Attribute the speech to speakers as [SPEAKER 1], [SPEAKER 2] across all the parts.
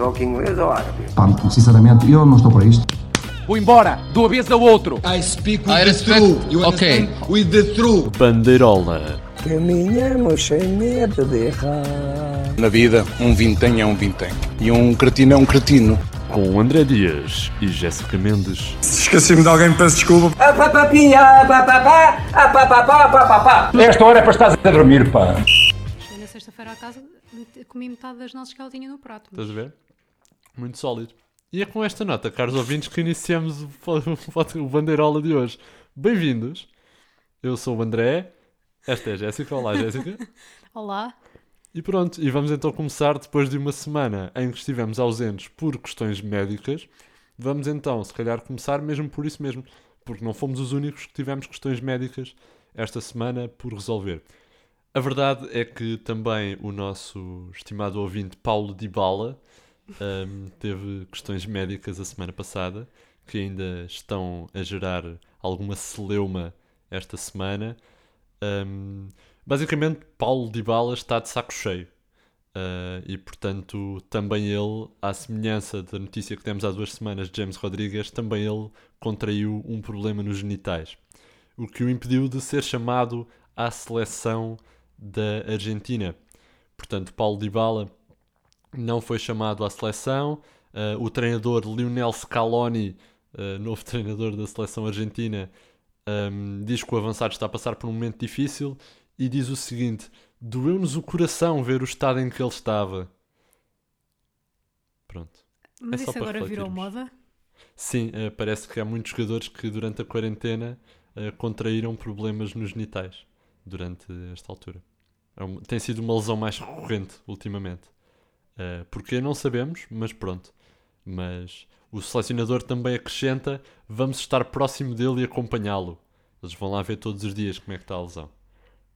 [SPEAKER 1] Ou que inglês ou árabe.
[SPEAKER 2] Pá, sinceramente, eu não estou para isto.
[SPEAKER 3] Vou embora, de uma vez ao outro.
[SPEAKER 4] I speak with the true. You
[SPEAKER 5] Okay.
[SPEAKER 4] understand? With the true.
[SPEAKER 6] Bandeirola.
[SPEAKER 1] Caminhamos sem é medo de errar.
[SPEAKER 7] Na vida, um vintém é um vintém. E um cretino é um cretino.
[SPEAKER 6] Com André Dias e Jéssica Mendes.
[SPEAKER 8] Esqueci-me de alguém, peço desculpa.
[SPEAKER 1] A papapinha, a papapá, a papapá, a papapá.
[SPEAKER 9] Esta hora é para estar a dormir, pá.
[SPEAKER 10] Cheguei na sexta-feira à casa, met- comi metade das nozes que ela tinha no prato.
[SPEAKER 6] Estás a ver? Muito sólido. E é com esta nota, caros ouvintes, que iniciamos o, po- o pod- o Bandeirola de hoje. Bem-vindos. Eu sou o André. Esta é a Jéssica. Olá, Jéssica.
[SPEAKER 10] Olá,
[SPEAKER 6] E pronto, e vamos então começar depois de uma semana em que estivemos ausentes por questões médicas. Vamos então, se calhar, começar mesmo por isso mesmo, porque não fomos os únicos que tivemos questões médicas esta semana por resolver. A verdade é que também o nosso estimado ouvinte Paulo Dibala hum, teve questões médicas a semana passada, que ainda estão a gerar alguma celeuma esta semana. Hum, basicamente, Paulo Dybala está de saco cheio. Ah, e, portanto, também ele, à semelhança da notícia que demos há duas semanas de James Rodrigues, também ele contraiu um problema nos genitais. O que o impediu de ser chamado à seleção da Argentina. Portanto, Paulo Dybala não foi chamado à seleção. Ah, o treinador Lionel Scaloni, ah, novo treinador da seleção argentina, um, diz que o avançado está a passar por um momento difícil e diz o seguinte: doeu-nos o coração ver o estado em que ele estava. Pronto.
[SPEAKER 10] mas
[SPEAKER 6] É só
[SPEAKER 10] isso
[SPEAKER 6] para
[SPEAKER 10] agora virou
[SPEAKER 6] refletirmos.
[SPEAKER 10] moda?
[SPEAKER 6] Sim, eh, parece que há muitos jogadores que durante a quarentena eh, contraíram problemas nos genitais durante esta altura. É um- tem sido uma lesão mais recorrente ultimamente. Eh, porque não sabemos, mas pronto. Mas o selecionador também acrescenta: vamos estar próximo dele e acompanhá-lo. Eles vão lá ver todos os dias como é que está a lesão.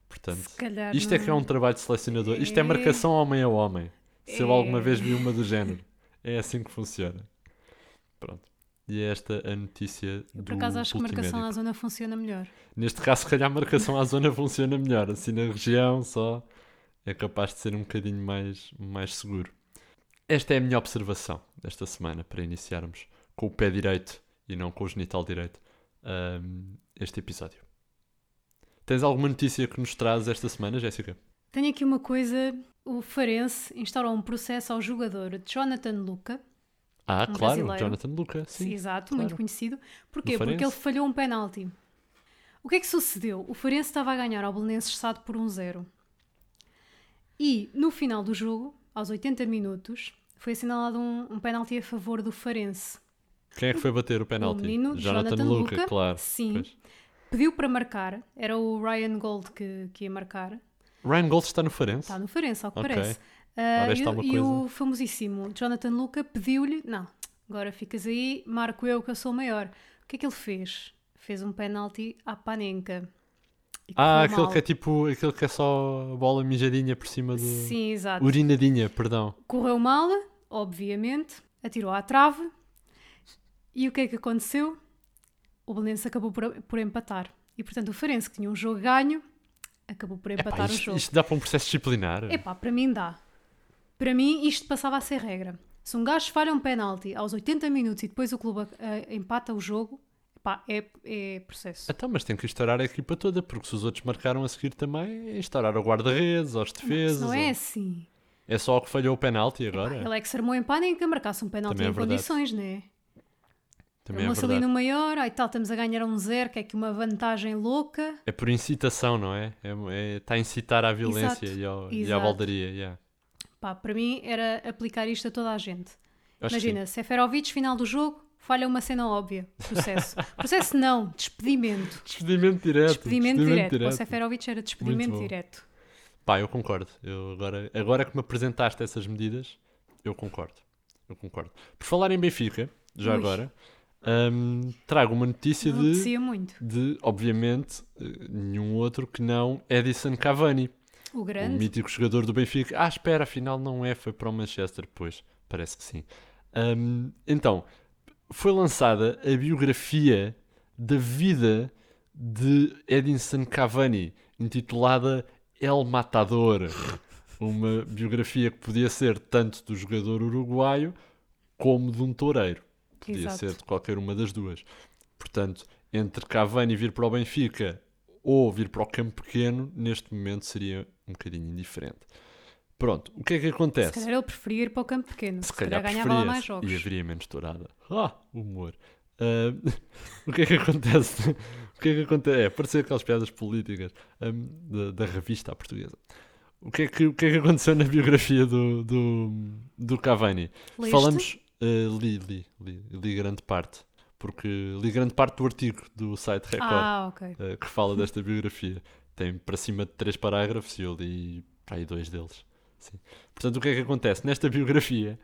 [SPEAKER 6] Portanto,
[SPEAKER 10] Se calhar
[SPEAKER 6] isto é que é um
[SPEAKER 10] não-
[SPEAKER 6] trabalho de selecionador. Isto é
[SPEAKER 10] É.
[SPEAKER 6] marcação homem a homem. Se eu
[SPEAKER 10] É.
[SPEAKER 6] alguma vez vi uma do género. É assim que funciona. Pronto. E é esta a notícia do
[SPEAKER 10] Por acaso acho que a marcação
[SPEAKER 6] multimédico.
[SPEAKER 10] à zona funciona melhor.
[SPEAKER 6] Neste caso, se calhar a marcação à zona funciona melhor. Assim na região só é capaz de ser um bocadinho mais, mais seguro. Esta é a minha observação desta semana para iniciarmos com o pé direito e não com o genital direito ahm, este episódio. Tens alguma notícia que nos traz esta semana, Jéssica?
[SPEAKER 10] Tenho aqui uma coisa. O Farense instaurou um processo ao jogador Jonathan Luca,
[SPEAKER 6] Ah,
[SPEAKER 10] Um
[SPEAKER 6] claro,
[SPEAKER 10] brasileiro.
[SPEAKER 6] Jonathan Luca. Sim.
[SPEAKER 10] exato,
[SPEAKER 6] claro.
[SPEAKER 10] muito conhecido. Porquê?
[SPEAKER 6] Do Farense.
[SPEAKER 10] Porque ele falhou um penalti. O que é que sucedeu? O Farense estava a ganhar ao Belenenses Estado por 1-0. E no final do jogo, aos 80 minutos, foi assinalado um, um penalti a favor do Farense.
[SPEAKER 6] Quem é que foi bater o penalti?
[SPEAKER 10] Um menino Jonathan
[SPEAKER 6] Luca,
[SPEAKER 10] Luca,
[SPEAKER 6] claro.
[SPEAKER 10] sim.
[SPEAKER 6] Pois.
[SPEAKER 10] Pediu para marcar, era o Ryan Gold que, que ia marcar.
[SPEAKER 6] Ryan Gold está no Farense?
[SPEAKER 10] Está no Farense, ao que
[SPEAKER 6] Ok.
[SPEAKER 10] parece.
[SPEAKER 6] Ora,
[SPEAKER 10] Ah,
[SPEAKER 6] esta é uma
[SPEAKER 10] e, e
[SPEAKER 6] coisa.
[SPEAKER 10] o famosíssimo Jonathan Luca pediu-lhe: Não, agora ficas aí, marco eu que eu sou o maior. O que é que ele fez? Fez um penalti à Panenka. E
[SPEAKER 6] Ah,
[SPEAKER 10] correu
[SPEAKER 6] aquele
[SPEAKER 10] mal.
[SPEAKER 6] que é tipo, aquele que é só a bola mijadinha por cima do...
[SPEAKER 10] Sim, exato.
[SPEAKER 6] Urinadinha, perdão.
[SPEAKER 10] Correu mal, obviamente, atirou à trave. E o que é que aconteceu? O Belenense acabou por, por empatar. E portanto, o Farense, que tinha um jogo ganho, acabou por
[SPEAKER 6] Epá,
[SPEAKER 10] empatar o
[SPEAKER 6] isto,
[SPEAKER 10] jogo. É
[SPEAKER 6] isto dá para um processo disciplinar.
[SPEAKER 10] Epá, para mim dá. Para mim isto passava a ser regra. Se um gajo falha um penalti aos 80 minutos e depois o clube eh, empata o jogo, epá, é, é processo.
[SPEAKER 6] Então, mas tem que estourar a equipa toda, porque se os outros marcaram a seguir também, é estourar o guarda-redes, aos defesas.
[SPEAKER 10] Isso não é
[SPEAKER 6] ou-
[SPEAKER 10] assim.
[SPEAKER 6] é só o que falhou o penalti agora.
[SPEAKER 10] Ele é que se armou em pânico, marcasse um penalti
[SPEAKER 6] Também é
[SPEAKER 10] em
[SPEAKER 6] verdade.
[SPEAKER 10] condições, não é?
[SPEAKER 6] Também é
[SPEAKER 10] Armou-se ali
[SPEAKER 6] verdade.
[SPEAKER 10] no maior, ai tal, estamos a ganhar um zero, que é que uma vantagem louca.
[SPEAKER 6] É por incitação, não é? Está é, está a incitar à violência
[SPEAKER 10] Exato,
[SPEAKER 6] e, ao, e à
[SPEAKER 10] exato.
[SPEAKER 6] baldaria. yeah.
[SPEAKER 10] Pá, para mim era aplicar isto a toda a gente.
[SPEAKER 6] Eu acho que
[SPEAKER 10] Imagina, Seferovic, final do jogo, falha uma cena óbvia. Processo. processo não, despedimento.
[SPEAKER 6] sim. Despedimento direto.
[SPEAKER 10] Despedimento, direto. é Para O Seferovic era despedimento
[SPEAKER 6] bom.
[SPEAKER 10] direto.
[SPEAKER 6] Pá, eu concordo. Eu agora, agora que me apresentaste essas medidas, eu concordo. Eu concordo. Por falar em Benfica, já
[SPEAKER 10] Ui.
[SPEAKER 6] agora, hum, trago uma notícia
[SPEAKER 10] Não
[SPEAKER 6] de,
[SPEAKER 10] apetecia muito.
[SPEAKER 6] de, obviamente, eh, nenhum outro que não Edison Cavani,
[SPEAKER 10] O
[SPEAKER 6] o
[SPEAKER 10] grande.
[SPEAKER 6] mítico jogador do Benfica. Ah, espera, afinal não é, foi para o Manchester, pois, parece que sim. Hum, então, foi lançada a biografia da vida de Edinson Cavani, intitulada El Matador. uma biografia que podia ser tanto do jogador uruguaio como de um toureiro. Podia
[SPEAKER 10] Exato.
[SPEAKER 6] ser de qualquer uma das duas. Portanto, entre Cavani vir para o Benfica ou vir para o campo pequeno, neste momento seria um bocadinho indiferente. Pronto, o que é que
[SPEAKER 10] Se
[SPEAKER 6] acontece?
[SPEAKER 10] calhar ele preferia ir para o campo pequeno.
[SPEAKER 6] Se calhar
[SPEAKER 10] ganhava lá
[SPEAKER 6] preferia
[SPEAKER 10] mais jogos.
[SPEAKER 6] e haveria menos tourada. Ah, humor. Ah, o que é que acontece? O que é que acontece? É, parecer aquelas piadas políticas ahm, da, da revista à portuguesa. O que é que, o que, é que aconteceu na biografia do, do, do Cavani?
[SPEAKER 10] Leste?
[SPEAKER 6] Falamos. ah, li, li, li, li grande parte. Porque li grande parte do artigo do site Record
[SPEAKER 10] Ah, ok.
[SPEAKER 6] ah, que fala desta biografia. Tem para cima de três parágrafos e eu li para aí dois deles. Sim. Portanto, o que é que acontece? Nesta biografia,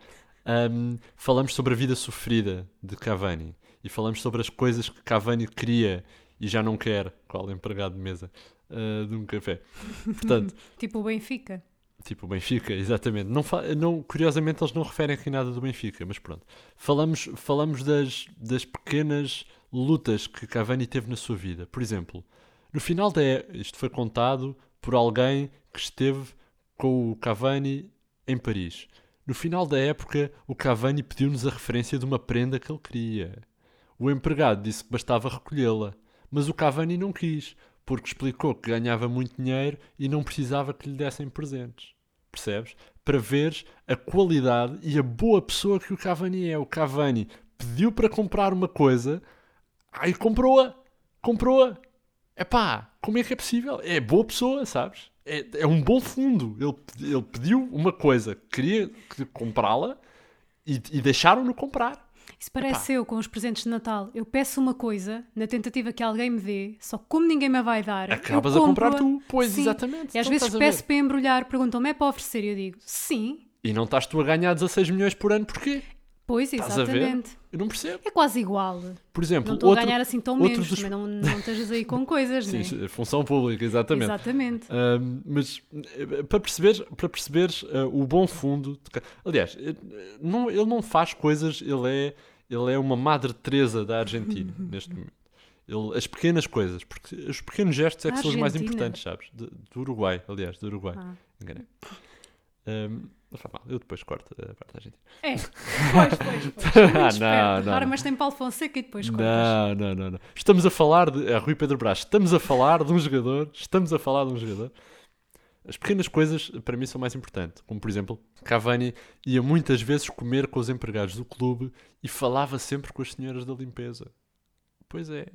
[SPEAKER 6] ahm, falamos sobre a vida sofrida de Cavani e falamos sobre as coisas que Cavani queria e já não quer, qual empregado de mesa ah, de um café. Portanto,
[SPEAKER 10] Tipo o Benfica.
[SPEAKER 6] Tipo o Benfica, exatamente. Não, fa- não, curiosamente eles não referem aqui nada do Benfica, mas pronto. Falamos, falamos das, das pequenas lutas que Cavani teve na sua vida. Por exemplo, no final da é- isto foi contado por alguém que esteve com o Cavani em Paris. No final da época, o Cavani pediu-nos a referência de uma prenda que ele queria. O empregado disse que bastava recolhê-la, mas o Cavani não quis, porque explicou que ganhava muito dinheiro e não precisava que lhe dessem presentes. Percebes? Para veres a qualidade e a boa pessoa que o Cavani é. O Cavani pediu para comprar uma coisa, aí comprou-a! Comprou-a! Epá, como é que é possível? É boa pessoa, sabes? É, é um bom fundo. Ele, ele pediu uma coisa, queria que- comprá-la e, e deixaram-no comprar.
[SPEAKER 10] Isso parece eu com os presentes de Natal. Eu peço uma coisa, na tentativa que alguém me dê, só que como ninguém me vai dar. eu
[SPEAKER 6] Acabas a comprar
[SPEAKER 10] compro-a.
[SPEAKER 6] tu. Pois,
[SPEAKER 10] Sim.
[SPEAKER 6] exatamente.
[SPEAKER 10] E às
[SPEAKER 6] Então
[SPEAKER 10] vezes
[SPEAKER 6] estás a ver.
[SPEAKER 10] peço para embrulhar, perguntam-me é para oferecer e eu digo sim.
[SPEAKER 6] E não estás tu a ganhar 16 milhões por ano, porquê?
[SPEAKER 10] Pois,
[SPEAKER 6] Estás a ver?
[SPEAKER 10] exatamente.
[SPEAKER 6] Eu não percebo.
[SPEAKER 10] É quase igual.
[SPEAKER 6] Por
[SPEAKER 10] Não
[SPEAKER 6] exemplo,
[SPEAKER 10] estou
[SPEAKER 6] outro,
[SPEAKER 10] a ganhar assim tão
[SPEAKER 6] outro
[SPEAKER 10] menos,
[SPEAKER 6] dos-
[SPEAKER 10] mas não, não estejas aí com coisas, né?
[SPEAKER 6] Sim, função pública, exatamente.
[SPEAKER 10] Exatamente.
[SPEAKER 6] Ahm, mas eh, para perceberes, para perceberes eh, o bom fundo, de ca- aliás, eh, não- ele não faz coisas, ele é, ele é uma Madre Teresa da Argentina neste momento. Ele- as pequenas coisas, porque os pequenos gestos é
[SPEAKER 10] Da
[SPEAKER 6] que são os mais
[SPEAKER 10] Argentina?
[SPEAKER 6] importantes, sabes? De- do Uruguai, aliás, do Uruguai.
[SPEAKER 10] Ah.
[SPEAKER 6] Enganei. Ahm, não faz mal, eu depois corto a parte da Argentina.
[SPEAKER 10] É. Pois, pois, pois. Muito
[SPEAKER 6] Ah, não,
[SPEAKER 10] esperto.
[SPEAKER 6] não.
[SPEAKER 10] Ora, mas tem Paulo Fonseca e depois contas.
[SPEAKER 6] Não, não, não, não. Estamos a falar de. É Rui Pedro Brás. Estamos a falar de um jogador. Estamos a falar de um jogador. As pequenas coisas para mim são mais importantes. Como por exemplo, Cavani ia muitas vezes comer com os empregados do clube e falava sempre com as senhoras da limpeza. Pois é,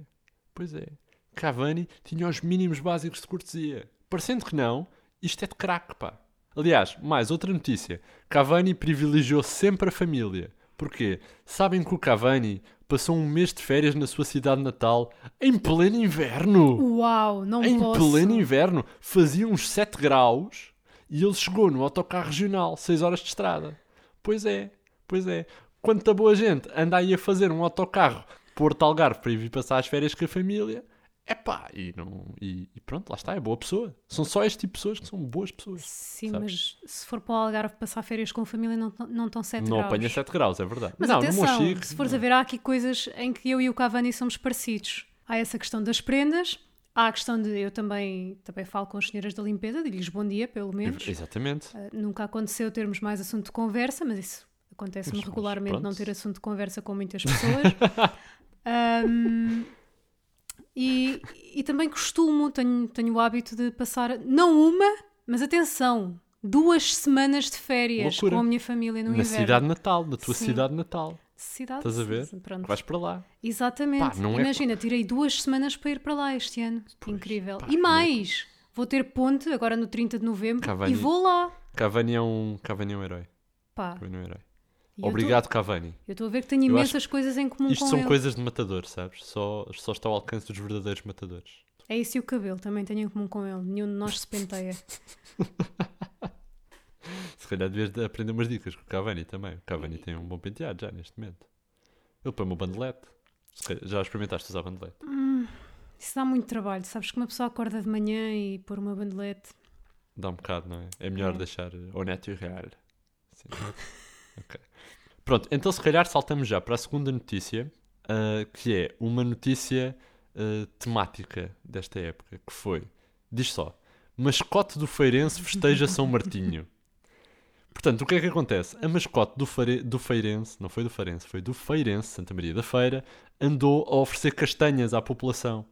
[SPEAKER 6] pois é. Cavani tinha os mínimos básicos de cortesia. Parecendo que não, isto é de craque, pá. Aliás, mais outra notícia. Cavani privilegiou sempre a família. Porquê? Sabem que o Cavani passou um mês de férias na sua cidade natal em pleno inverno
[SPEAKER 10] Uau, não
[SPEAKER 6] em
[SPEAKER 10] posso.
[SPEAKER 6] pleno inverno, fazia uns 7 graus e ele chegou no autocarro regional, 6 horas de estrada. Pois é, pois é. Quanta boa gente anda aí a fazer um autocarro Porto Algarve para ir vir passar as férias com a família. Epá, e, não, e, e pronto, lá está, é boa pessoa. São só este tipo de pessoas que são boas pessoas.
[SPEAKER 10] Sim,
[SPEAKER 6] sabes?
[SPEAKER 10] mas se for para o Algarve passar férias com família não não estão sete
[SPEAKER 6] Não
[SPEAKER 10] graus.
[SPEAKER 6] apanha 7 graus, é verdade.
[SPEAKER 10] Mas
[SPEAKER 6] não,
[SPEAKER 10] atenção,
[SPEAKER 6] no Monchique,
[SPEAKER 10] se fores a ver, há aqui coisas em que eu e o Cavani somos parecidos. Há essa questão das prendas, há a questão de eu também, também falo com as senhoras da limpeza, digo-lhes bom dia, pelo menos.
[SPEAKER 6] É Exatamente.
[SPEAKER 10] Ah, Nunca aconteceu termos mais assunto de conversa, mas isso acontece-me
[SPEAKER 6] Mas- mas
[SPEAKER 10] regularmente
[SPEAKER 6] pronto.
[SPEAKER 10] não ter assunto de conversa com muitas pessoas. Ahm, e, e também costumo, tenho, tenho o hábito de passar, não uma, mas atenção, duas semanas de férias
[SPEAKER 6] Loucura.
[SPEAKER 10] com a minha família no
[SPEAKER 6] Na
[SPEAKER 10] inverno.
[SPEAKER 6] cidade natal, na tua
[SPEAKER 10] Sim.
[SPEAKER 6] cidade natal.
[SPEAKER 10] Cidade,
[SPEAKER 6] Estás a ver?
[SPEAKER 10] Pronto.
[SPEAKER 6] Vais para lá.
[SPEAKER 10] Exatamente.
[SPEAKER 6] Pá, não é-
[SPEAKER 10] Imagina, tirei duas semanas para ir para lá este ano. Incrível.
[SPEAKER 6] pá,
[SPEAKER 10] e
[SPEAKER 6] que
[SPEAKER 10] mais, vou ter ponte agora no 30 de novembro
[SPEAKER 6] Cavani.
[SPEAKER 10] e vou lá.
[SPEAKER 6] Cavani é um, Cavani é um herói.
[SPEAKER 10] Pá,
[SPEAKER 6] Cavani é um herói.
[SPEAKER 10] e eu tô-
[SPEAKER 6] Obrigado, Cavani.
[SPEAKER 10] Eu estou a ver que tenho
[SPEAKER 6] Eu
[SPEAKER 10] imensas coisas em comum
[SPEAKER 6] Isto
[SPEAKER 10] com
[SPEAKER 6] são
[SPEAKER 10] ele.
[SPEAKER 6] coisas de matador, sabes? Só, só está ao alcance dos verdadeiros matadores.
[SPEAKER 10] É isso e o cabelo também tenho em comum com ele. Nenhum de nós se penteia.
[SPEAKER 6] Se calhar devias de aprender umas dicas com o Cavani também. O Cavani tem um bom penteado já neste momento. Ele põe uma bandelete. Se calhar- Já experimentaste usar bandelete?
[SPEAKER 10] Isso dá muito trabalho. Sabes que uma pessoa acorda de manhã e pôr uma bandelete.
[SPEAKER 6] Dá um bocado, não é? É melhor
[SPEAKER 10] É.
[SPEAKER 6] deixar eh, honesto e real. Sim. ok. Pronto, então se calhar saltamos já para a segunda notícia, ah, que é uma notícia ah, temática desta época, que foi, diz só, mascote do Feirense festeja São Martinho. Portanto, o que é que acontece? A mascote do, Fare... do Feirense, não foi do Feirense, foi do Feirense, Santa Maria da Feira, andou a oferecer castanhas à população.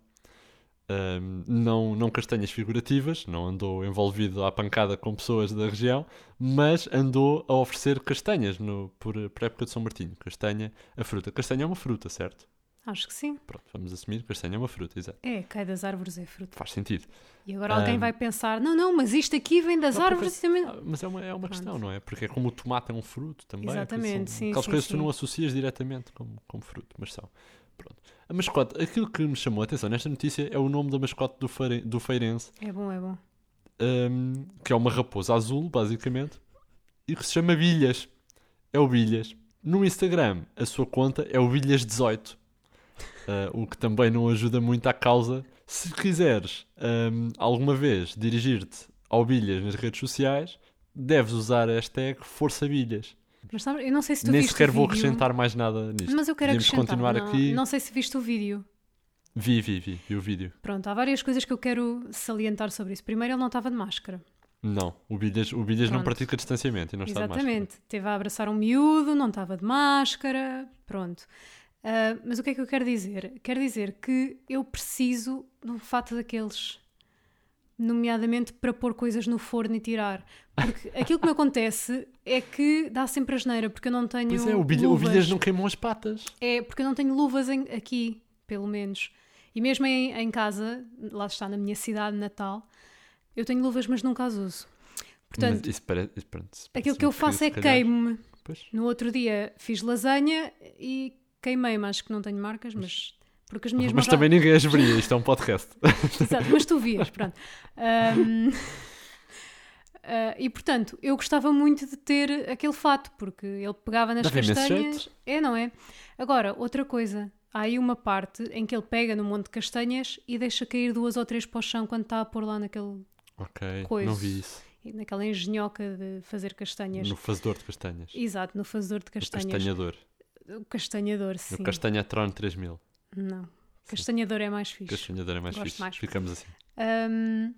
[SPEAKER 6] Ahm, não, não castanhas figurativas, não andou envolvido à pancada com pessoas da região, mas andou a oferecer castanhas no, por, por época de São Martinho. Castanha, a fruta. Castanha é uma fruta, certo?
[SPEAKER 10] Acho que sim.
[SPEAKER 6] Pronto, vamos assumir que castanha é uma fruta, exato.
[SPEAKER 10] É, cai das árvores é fruta.
[SPEAKER 6] Faz sentido.
[SPEAKER 10] E agora alguém vai pensar: não, não, mas isto aqui vem das árvores. e também...
[SPEAKER 6] Ah, Mas é uma, é uma questão, não é? Porque é como o tomate é um fruto também. aquilo
[SPEAKER 10] Exatamente,
[SPEAKER 6] são
[SPEAKER 10] sim,
[SPEAKER 6] Aquelas
[SPEAKER 10] sim,
[SPEAKER 6] coisas que
[SPEAKER 10] sim.
[SPEAKER 6] tu não associas diretamente como, como fruto, mas são. Pronto. A mascote, aquilo que me chamou a atenção nesta notícia é o nome da mascote do, Feire- do Feirense,
[SPEAKER 10] É bom, é bom.
[SPEAKER 6] hum, que é uma raposa azul, basicamente, e que se chama Bilhas. É o Bilhas. No Instagram, a sua conta é o Bilhas18, ah, o que também não ajuda muito à causa. Se quiseres hum, alguma vez dirigir-te ao Bilhas nas redes sociais, deves usar a hashtag ForçaBilhas.
[SPEAKER 10] Mas sabes, eu não sei se tu
[SPEAKER 6] Nem
[SPEAKER 10] viste.
[SPEAKER 6] sequer
[SPEAKER 10] o
[SPEAKER 6] vou
[SPEAKER 10] vídeo,
[SPEAKER 6] acrescentar mais nada nisto.
[SPEAKER 10] Mas eu quero
[SPEAKER 6] Podíamos
[SPEAKER 10] acrescentar.
[SPEAKER 6] continuar
[SPEAKER 10] não,
[SPEAKER 6] aqui.
[SPEAKER 10] não sei se viste o vídeo.
[SPEAKER 6] Vi, vi, vi, vi o vídeo.
[SPEAKER 10] Pronto, há várias coisas que eu quero salientar sobre isso. Primeiro, ele não estava de máscara.
[SPEAKER 6] Não, o Bilhas, o Bilhas não
[SPEAKER 10] Pronto.
[SPEAKER 6] pratica distanciamento e não está de máscara.
[SPEAKER 10] Exatamente. Teve a abraçar um miúdo, não estava de máscara, pronto. Ah, mas o que é que eu quero dizer? Quero dizer que eu preciso de um fato daqueles, nomeadamente para pôr coisas no forno e tirar. Porque aquilo que me acontece é que dá sempre a geneira, porque eu não tenho.
[SPEAKER 6] Pois é, o Bilhas, o
[SPEAKER 10] luvas.
[SPEAKER 6] Bilhas não queimou as patas.
[SPEAKER 10] É, porque eu não tenho luvas em- aqui, pelo menos. E mesmo em, em casa, lá está, na minha cidade natal, eu tenho luvas, mas nunca as uso. Portanto,
[SPEAKER 6] Mas isso parece, isso, pronto, isso
[SPEAKER 10] aquilo
[SPEAKER 6] parece-me
[SPEAKER 10] que eu faço é
[SPEAKER 6] se calhar-
[SPEAKER 10] queimo-me.
[SPEAKER 6] Pois.
[SPEAKER 10] No outro dia fiz lasanha e queimei-me, acho que não tenho marcas, mas porque as minhas
[SPEAKER 6] Mas
[SPEAKER 10] mãos-
[SPEAKER 6] também ninguém as brilha, isto é um podcast.
[SPEAKER 10] Exato, mas tu vias, pronto. Ahm, ah, e portanto, eu gostava muito de ter aquele fato, porque ele pegava nas
[SPEAKER 6] Dava imenso
[SPEAKER 10] castanhas.
[SPEAKER 6] jeito.
[SPEAKER 10] É, não é? Agora, outra coisa, há aí uma parte em que ele pega no monte de castanhas e deixa cair duas ou três para o chão quando está a pôr lá naquele,
[SPEAKER 6] ok,
[SPEAKER 10] Coisa.
[SPEAKER 6] não vi isso.
[SPEAKER 10] naquela engenhoca de fazer castanhas.
[SPEAKER 6] No fazedor de castanhas.
[SPEAKER 10] Exato, no fazedor de
[SPEAKER 6] No
[SPEAKER 10] castanhas.
[SPEAKER 6] castanhador.
[SPEAKER 10] O castanhador, sim.
[SPEAKER 6] No castanhatron 3000.
[SPEAKER 10] Não. Castanhador é mais fixe.
[SPEAKER 6] Castanhador é mais
[SPEAKER 10] Gosto
[SPEAKER 6] fixe.
[SPEAKER 10] mais.
[SPEAKER 6] Ficamos assim.
[SPEAKER 10] Hum,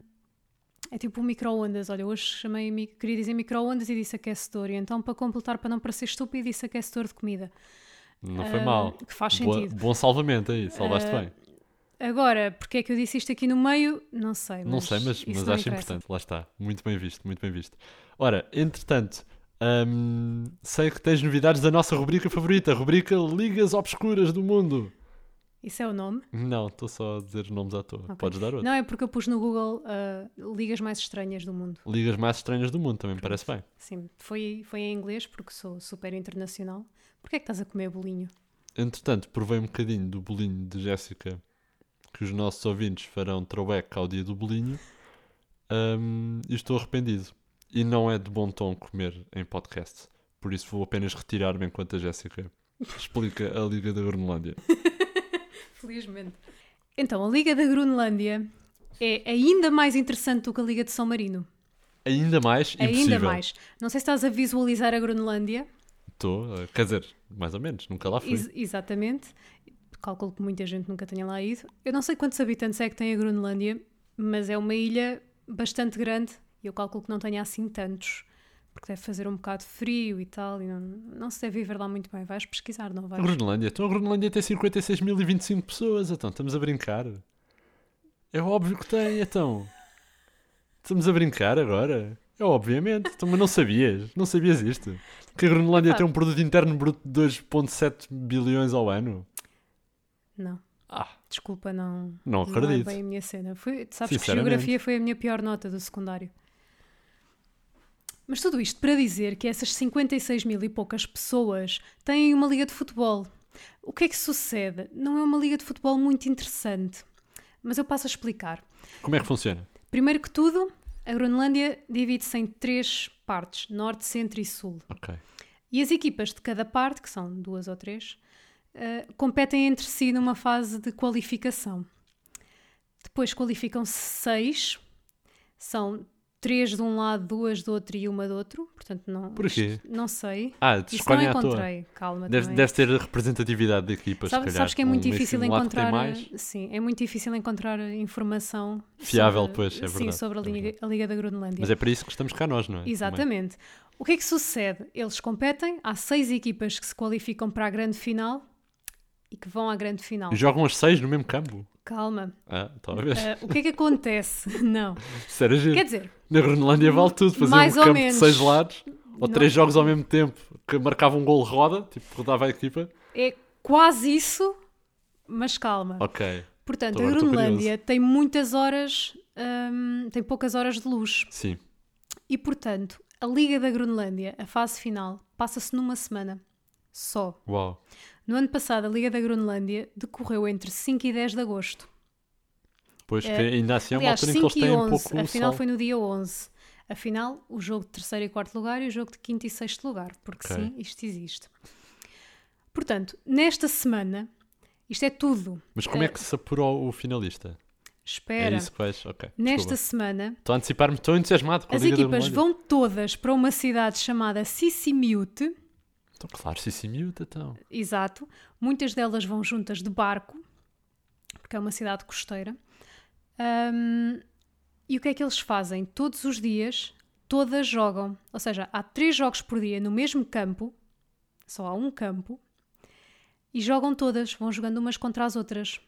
[SPEAKER 10] é tipo um micro-ondas. Olha, hoje chamei, mi- queria dizer micro-ondas e disse aquecedor. E então, para completar, para não parecer estúpido, disse aquecedor de comida.
[SPEAKER 6] Não foi mal.
[SPEAKER 10] que Ah, faz sentido. Ah,
[SPEAKER 6] Bom salvamento aí, salvaste bem.
[SPEAKER 10] Agora, porque é que eu disse isto aqui no meio? Não sei. Mas
[SPEAKER 6] Não sei, mas,
[SPEAKER 10] isso
[SPEAKER 6] mas
[SPEAKER 10] não
[SPEAKER 6] acho
[SPEAKER 10] interessa.
[SPEAKER 6] importante. Lá está. Muito bem visto, muito bem visto. Ora, entretanto, hum, sei que tens novidades da nossa rubrica favorita, a rubrica Ligas Obscuras do Mundo.
[SPEAKER 10] Isso é o nome?
[SPEAKER 6] Não, estou só a dizer nomes à toa.
[SPEAKER 10] Ok.
[SPEAKER 6] Podes dar outro.
[SPEAKER 10] Não, é porque eu pus no Google ah, ligas mais estranhas do mundo.
[SPEAKER 6] Ligas mais estranhas do mundo, também me parece bem.
[SPEAKER 10] Sim, foi, foi em inglês, porque sou super internacional. Porquê é que estás a comer bolinho?
[SPEAKER 6] Entretanto, provei um bocadinho do bolinho de Jéssica, que os nossos ouvintes farão throwback ao dia do bolinho, Ahm, e estou arrependido. E não é de bom tom comer em podcast. Por isso vou apenas retirar-me enquanto a Jéssica explica a Liga da Grunlândia.
[SPEAKER 10] Felizmente. Então, a Liga da Groenlândia é ainda mais interessante do que a Liga de São Marino. É
[SPEAKER 6] Ainda mais impossível.
[SPEAKER 10] Ainda mais. Não sei se estás a visualizar a Groenlândia.
[SPEAKER 6] Estou, eh, quer dizer, mais ou menos, nunca lá fui.
[SPEAKER 10] Ex- exatamente. Calculo que muita gente nunca tenha lá ido. Eu não sei quantos habitantes é que tem a Groenlândia, mas é uma ilha bastante grande e eu calculo que não tenha assim tantos. Porque deve fazer um bocado de frio e tal, e não, não se deve viver lá muito bem. Vais pesquisar, não
[SPEAKER 6] A
[SPEAKER 10] vais?
[SPEAKER 6] Groenlândia, então a Groenlândia tem 56.025 pessoas, então estamos a brincar. É óbvio que tem, então. Estamos a brincar agora? É obviamente, então, mas não sabias, não sabias isto. Que a Groenlândia
[SPEAKER 10] Epá.
[SPEAKER 6] tem um produto interno bruto de 2.7 bilhões ao ano.
[SPEAKER 10] Não.
[SPEAKER 6] Ah,
[SPEAKER 10] Desculpa, não.
[SPEAKER 6] Não
[SPEAKER 10] é
[SPEAKER 6] acredito.
[SPEAKER 10] bem a minha cena. Foi, tu sabes que
[SPEAKER 6] Sinceramente.
[SPEAKER 10] geografia foi a minha pior nota do secundário. Mas tudo isto para dizer que essas 56 mil e poucas pessoas têm uma liga de futebol. O que é que sucede? Não é uma liga de futebol muito interessante. Mas eu passo a explicar.
[SPEAKER 6] como é que funciona?
[SPEAKER 10] Primeiro que tudo, a Groenlândia divide-se em três partes: norte, centro e sul.
[SPEAKER 6] Ok.
[SPEAKER 10] E as equipas de cada parte, que são duas ou três, eh, competem entre si numa fase de qualificação. Depois qualificam-se seis, são três de um lado, duas do outro e uma do outro. Portanto, não,
[SPEAKER 6] Porquê?
[SPEAKER 10] isto não sei.
[SPEAKER 6] Ah,
[SPEAKER 10] Isso não
[SPEAKER 6] escolhem à toa.
[SPEAKER 10] encontrei, calma.
[SPEAKER 6] Deve,
[SPEAKER 10] também.
[SPEAKER 6] deve ter representatividade de equipas, se
[SPEAKER 10] Sabe-
[SPEAKER 6] calhar.
[SPEAKER 10] sabes que é muito
[SPEAKER 6] Um-
[SPEAKER 10] difícil
[SPEAKER 6] um lado que tem
[SPEAKER 10] encontrar
[SPEAKER 6] mais.
[SPEAKER 10] sim é muito difícil encontrar informação
[SPEAKER 6] Fiável,
[SPEAKER 10] sobre,
[SPEAKER 6] pois, é
[SPEAKER 10] sim,
[SPEAKER 6] verdade,
[SPEAKER 10] sobre a
[SPEAKER 6] é
[SPEAKER 10] liga,
[SPEAKER 6] verdade.
[SPEAKER 10] a liga da Groenlândia
[SPEAKER 6] Mas é para isso que estamos cá nós, não é? Também.
[SPEAKER 10] Exatamente. O que é que sucede? Eles competem, há seis equipas que se qualificam para a grande final e que vão à grande final.
[SPEAKER 6] E jogam as seis no mesmo campo.
[SPEAKER 10] Calma.
[SPEAKER 6] Ah, talvez.
[SPEAKER 10] Ah, o que é que acontece? Não.
[SPEAKER 6] Isso era giro.
[SPEAKER 10] Quer dizer,
[SPEAKER 6] Na Groenlândia vale tudo. Fazer
[SPEAKER 10] Hum, Mais
[SPEAKER 6] um
[SPEAKER 10] ou
[SPEAKER 6] campo
[SPEAKER 10] menos.
[SPEAKER 6] de seis lados. Ou
[SPEAKER 10] Não.
[SPEAKER 6] três jogos ao mesmo tempo. Que marcava um gol roda. Tipo, rodava a equipa.
[SPEAKER 10] é quase isso, mas calma.
[SPEAKER 6] Ok. então
[SPEAKER 10] Portanto,
[SPEAKER 6] Agora
[SPEAKER 10] a
[SPEAKER 6] estou
[SPEAKER 10] Groenlândia tem muitas horas, hum, tem poucas horas de luz.
[SPEAKER 6] Sim.
[SPEAKER 10] E, portanto, a Liga da Groenlândia, a fase final, passa-se numa semana só.
[SPEAKER 6] Uau.
[SPEAKER 10] No ano passado, a Liga da Groenlândia decorreu entre 5 e 10 de agosto.
[SPEAKER 6] Pois, que ainda assim é uma
[SPEAKER 10] Aliás,
[SPEAKER 6] altura em que
[SPEAKER 10] 5
[SPEAKER 6] eles
[SPEAKER 10] e
[SPEAKER 6] têm
[SPEAKER 10] 11.
[SPEAKER 6] pouco um
[SPEAKER 10] a final
[SPEAKER 6] sol.
[SPEAKER 10] foi no dia 11. Afinal, o jogo de terceiro e quarto lugar e o jogo de quinto e sexto lugar. Porque
[SPEAKER 6] Ok.
[SPEAKER 10] sim, isto existe. Portanto, nesta semana, isto é tudo.
[SPEAKER 6] Mas como é que se apurou o finalista?
[SPEAKER 10] Espera.
[SPEAKER 6] É isso que vais? Ok.
[SPEAKER 10] Nesta
[SPEAKER 6] desculpa.
[SPEAKER 10] semana,
[SPEAKER 6] Estou a antecipar-me, estou entusiasmado com a
[SPEAKER 10] As
[SPEAKER 6] Liga da
[SPEAKER 10] equipas
[SPEAKER 6] Groenlândia.
[SPEAKER 10] vão todas para uma cidade chamada Sissimiute,
[SPEAKER 6] Então, claro, Sissi Miúda, então.
[SPEAKER 10] exato. Muitas delas vão juntas de barco, porque é uma cidade costeira. Ahm, e o que é que eles fazem? Todos os dias, todas jogam. Ou seja, há três jogos por dia no mesmo campo, só há um campo, e jogam todas, vão jogando umas contra as outras.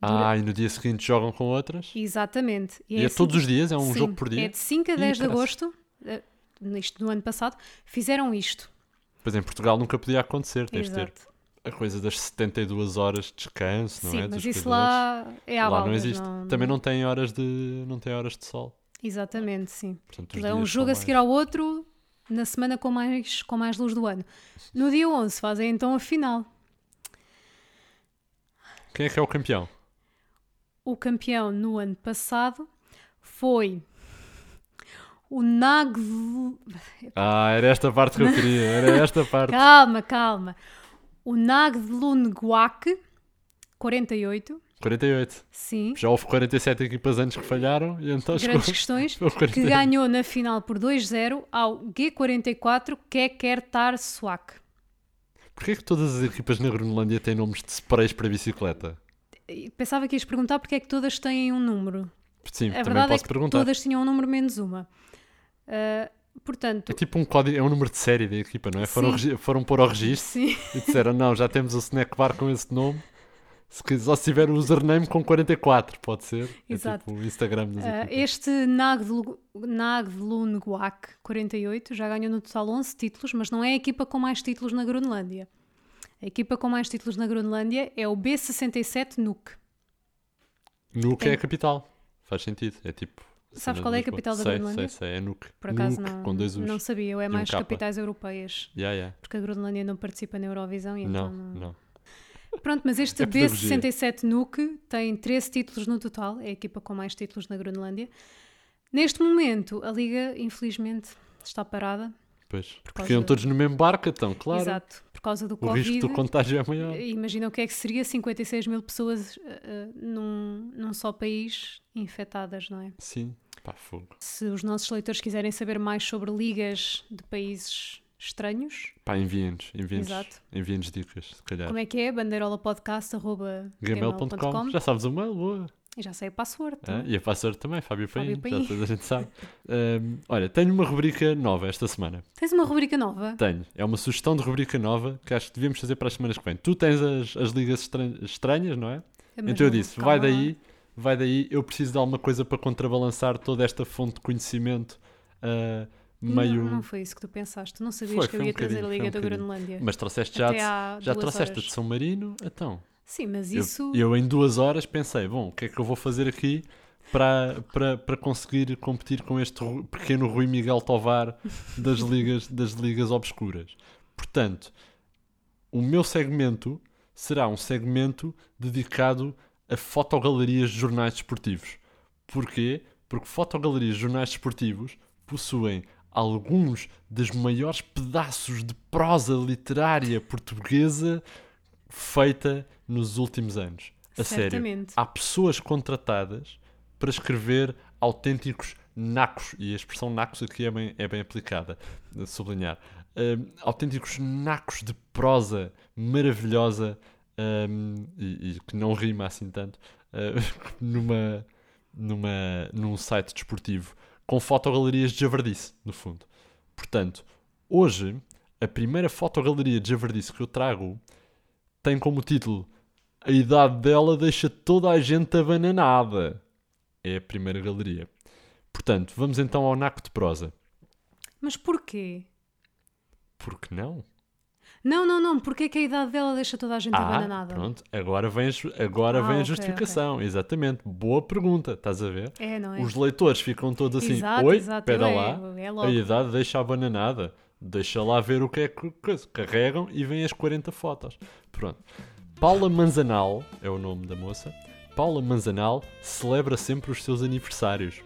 [SPEAKER 6] Ah, e no dia seguinte jogam com outras?
[SPEAKER 10] Exatamente.
[SPEAKER 6] E é
[SPEAKER 10] assim-
[SPEAKER 6] todos os dias? É um jogo por dia?
[SPEAKER 10] É de 5 a
[SPEAKER 6] Ih,
[SPEAKER 10] 10 de
[SPEAKER 6] caraças.
[SPEAKER 10] agosto, eh, isto no ano passado, fizeram isto.
[SPEAKER 6] Pois em Portugal nunca podia acontecer, tens de ter
[SPEAKER 10] Exato.
[SPEAKER 6] a coisa das 72 horas de descanso, não
[SPEAKER 10] Sim,
[SPEAKER 6] é?
[SPEAKER 10] mas
[SPEAKER 6] Dos
[SPEAKER 10] isso
[SPEAKER 6] jogadores.
[SPEAKER 10] lá é à
[SPEAKER 6] Lá não
[SPEAKER 10] baldas,
[SPEAKER 6] existe. Também
[SPEAKER 10] é?
[SPEAKER 6] não tem horas de não tem horas de sol.
[SPEAKER 10] Exatamente, sim.
[SPEAKER 6] Portanto, os
[SPEAKER 10] Portanto, é um
[SPEAKER 6] dias
[SPEAKER 10] jogo
[SPEAKER 6] são
[SPEAKER 10] a seguir
[SPEAKER 6] mais-
[SPEAKER 10] ao outro na semana com mais, com mais luz do ano. No dia 11 fazem então a final.
[SPEAKER 6] Quem é que é o campeão?
[SPEAKER 10] O campeão no ano passado foi o Nag...
[SPEAKER 6] Ah, era esta parte que eu queria. Era esta parte.
[SPEAKER 10] Calma, calma. O Naglunguac, 48,
[SPEAKER 6] 48.
[SPEAKER 10] sim.
[SPEAKER 6] Já houve 47 equipas antes que falharam e então chegou-
[SPEAKER 10] Grandes questões.
[SPEAKER 6] Foi o
[SPEAKER 10] Que
[SPEAKER 6] 48.
[SPEAKER 10] ganhou na final por 2-0 ao G44 Kekertar Suak.
[SPEAKER 6] Porquê é que todas as equipas na Groenlândia têm nomes de sprays para bicicleta?
[SPEAKER 10] Pensava que ias perguntar porque é que todas têm um número.
[SPEAKER 6] Sim,
[SPEAKER 10] A
[SPEAKER 6] também
[SPEAKER 10] verdade é
[SPEAKER 6] posso
[SPEAKER 10] que
[SPEAKER 6] perguntar.
[SPEAKER 10] todas tinham um número menos uma. Ah, portanto,
[SPEAKER 6] É tipo um código, é um número de série da equipa, não é? Foram,
[SPEAKER 10] Sim.
[SPEAKER 6] regi- foram pôr ao registro
[SPEAKER 10] sim,
[SPEAKER 6] e disseram: não, já temos o snack bar com esse nome. Se quiser, só se tiver o username com 44, pode ser.
[SPEAKER 10] Exato.
[SPEAKER 6] É tipo o Instagram das
[SPEAKER 10] ah,
[SPEAKER 6] equipas.
[SPEAKER 10] este Naglunguac 48 já ganhou no total 11 títulos, mas não é a equipa com mais títulos na Groenlândia. A equipa com mais títulos na Groenlândia é o B67 Nuuk.
[SPEAKER 6] Nuke é
[SPEAKER 10] tem-
[SPEAKER 6] a capital. Faz sentido. É tipo.
[SPEAKER 10] Sabes
[SPEAKER 6] cena
[SPEAKER 10] qual é a
[SPEAKER 6] de Lisboa.
[SPEAKER 10] capital da
[SPEAKER 6] sei,
[SPEAKER 10] Groenlândia?
[SPEAKER 6] Sei, sei, é Nuke.
[SPEAKER 10] Por acaso
[SPEAKER 6] Nuke,
[SPEAKER 10] não,
[SPEAKER 6] com dois U's.
[SPEAKER 10] não sabia, eu é
[SPEAKER 6] E um
[SPEAKER 10] mais
[SPEAKER 6] K.
[SPEAKER 10] capitais europeias,
[SPEAKER 6] Yeah, yeah.
[SPEAKER 10] porque a Groenlândia não participa na Eurovisão e então
[SPEAKER 6] Não,
[SPEAKER 10] não-
[SPEAKER 6] não.
[SPEAKER 10] Pronto, mas este
[SPEAKER 6] É pedagogia.
[SPEAKER 10] B67 Nuke tem 13 títulos no total, é a equipa com mais títulos na Groenlândia. Neste momento, a liga, infelizmente, está parada.
[SPEAKER 6] Pois.
[SPEAKER 10] causa
[SPEAKER 6] Porque iam
[SPEAKER 10] do-
[SPEAKER 6] todos no mesmo barco, então, claro.
[SPEAKER 10] Exato, por causa do
[SPEAKER 6] O
[SPEAKER 10] Covid.
[SPEAKER 6] risco do contágio é maior.
[SPEAKER 10] Imagina o que é que seria 56 mil pessoas eh, eh, num, num só país infectadas, não é?
[SPEAKER 6] Sim. Pá, fogo.
[SPEAKER 10] Se os nossos leitores quiserem saber mais sobre ligas de países estranhos,
[SPEAKER 6] Pá, enviem-nos. Enviem-nos
[SPEAKER 10] Exato.
[SPEAKER 6] enviem-nos dicas, se calhar.
[SPEAKER 10] como é que é?
[SPEAKER 6] Gmail.com.
[SPEAKER 10] bandeirolapodcast.gmail.com
[SPEAKER 6] Já sabes o mail, boa.
[SPEAKER 10] E já sei a password.
[SPEAKER 6] Ah, e a password também, Fábio Paim,
[SPEAKER 10] Fábio Paim.
[SPEAKER 6] já toda a gente sabe. Ahm, olha, tenho uma rubrica nova esta semana.
[SPEAKER 10] Tens uma rubrica nova?
[SPEAKER 6] Tenho. É uma sugestão de rubrica nova que acho que devíamos fazer para as semanas que vêm. Tu tens as, as ligas estran- estranhas, não é?
[SPEAKER 10] Mas
[SPEAKER 6] então eu
[SPEAKER 10] não,
[SPEAKER 6] disse,
[SPEAKER 10] calma
[SPEAKER 6] vai
[SPEAKER 10] lá.
[SPEAKER 6] daí, vai daí, eu preciso de alguma coisa para contrabalançar toda esta fonte de conhecimento ah, meio...
[SPEAKER 10] Não, não foi isso que tu pensaste. Tu não sabias
[SPEAKER 6] Foi,
[SPEAKER 10] que eu
[SPEAKER 6] foi um
[SPEAKER 10] ia trazer a
[SPEAKER 6] bocadinho,
[SPEAKER 10] Liga da
[SPEAKER 6] foi um bocadinho.
[SPEAKER 10] Groenlândia.
[SPEAKER 6] Mas trouxeste já,
[SPEAKER 10] Até
[SPEAKER 6] de-
[SPEAKER 10] há
[SPEAKER 6] já
[SPEAKER 10] duas
[SPEAKER 6] trouxeste a
[SPEAKER 10] horas.
[SPEAKER 6] de São Marino, então...
[SPEAKER 10] Sim, mas
[SPEAKER 6] Eu-
[SPEAKER 10] isso.
[SPEAKER 6] Eu, em duas horas pensei, bom, o que é que eu vou fazer aqui para, para, para conseguir competir com este Ru- pequeno Rui Miguel Tovar das ligas, das ligas obscuras. Portanto, o meu segmento será um segmento dedicado a fotogalerias de jornais desportivos. Porquê? Porque fotogalerias de jornais desportivos possuem alguns dos maiores pedaços de prosa literária portuguesa feita nos últimos anos. A sério. Ah.
[SPEAKER 10] Certamente.
[SPEAKER 6] Há pessoas contratadas para escrever autênticos nacos, e a expressão nacos aqui é bem, é bem aplicada, de sublinhar. Hum, autênticos nacos de prosa maravilhosa hum, e, e que não rima assim tanto, hum, numa, numa, num site desportivo, com fotogalerias de javardice, no fundo. Portanto, hoje, a primeira fotogaleria de Javardice que eu trago tem como título A idade dela deixa toda a gente abananada. É a primeira galeria. Portanto, vamos então ao naco de prosa.
[SPEAKER 10] Mas porquê?
[SPEAKER 6] Por que não?
[SPEAKER 10] Não, não, não. Porquê que a idade dela deixa toda a gente
[SPEAKER 6] Ah,
[SPEAKER 10] abananada?
[SPEAKER 6] pronto. Agora vem, a ju- agora
[SPEAKER 10] Ah,
[SPEAKER 6] vem a
[SPEAKER 10] ok,
[SPEAKER 6] justificação. Exatamente. Boa pergunta. Estás a ver?
[SPEAKER 10] É, não é?
[SPEAKER 6] Os leitores ficam todos assim,
[SPEAKER 10] Exato,
[SPEAKER 6] oi,
[SPEAKER 10] exato,
[SPEAKER 6] espera
[SPEAKER 10] é,
[SPEAKER 6] lá,
[SPEAKER 10] é logo."
[SPEAKER 6] a idade deixa a bananada, deixa lá ver o que é que coisa. carregam e vêm as 40 fotos. Pronto. Paula Manzanal, é o nome da moça, Paula Manzanal celebra sempre os seus aniversários.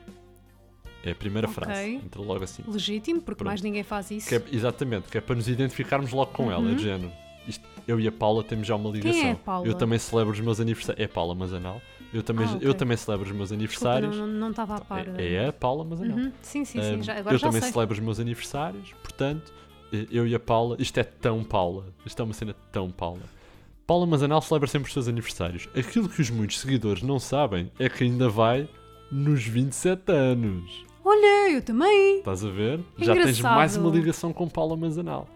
[SPEAKER 6] É a primeira
[SPEAKER 10] Ok.
[SPEAKER 6] frase, entra logo assim.
[SPEAKER 10] Legítimo, porque mais ninguém faz isso.
[SPEAKER 6] Que é- exatamente, que é para nos identificarmos logo com ela, é de género. Isto, eu e a Paula temos já uma ligação.
[SPEAKER 10] Uhum. é a Paula?
[SPEAKER 6] Eu também celebro os meus aniversários. É a Paula Manzanal. Eu também,
[SPEAKER 10] Ah,
[SPEAKER 6] eu
[SPEAKER 10] ok.
[SPEAKER 6] também celebro os meus
[SPEAKER 10] Desculpa,
[SPEAKER 6] aniversários.
[SPEAKER 10] não- não não estava a par.
[SPEAKER 6] É, é a Paula Manzanal.
[SPEAKER 10] Uhum, Sim, sim, sim.
[SPEAKER 6] Um,
[SPEAKER 10] já- agora
[SPEAKER 6] eu
[SPEAKER 10] já
[SPEAKER 6] também
[SPEAKER 10] sei.
[SPEAKER 6] celebro os meus aniversários, portanto, eh, eu e a Paula, isto é tão Paula, isto é uma cena tão Paula. Paula Manzanal celebra sempre os seus aniversários. Aquilo que os muitos seguidores não sabem é que ainda vai nos 27 anos.
[SPEAKER 10] Olha, eu também.
[SPEAKER 6] Estás a ver? Já tens
[SPEAKER 10] Engraçado.
[SPEAKER 6] mais uma ligação com Paula Manzanal.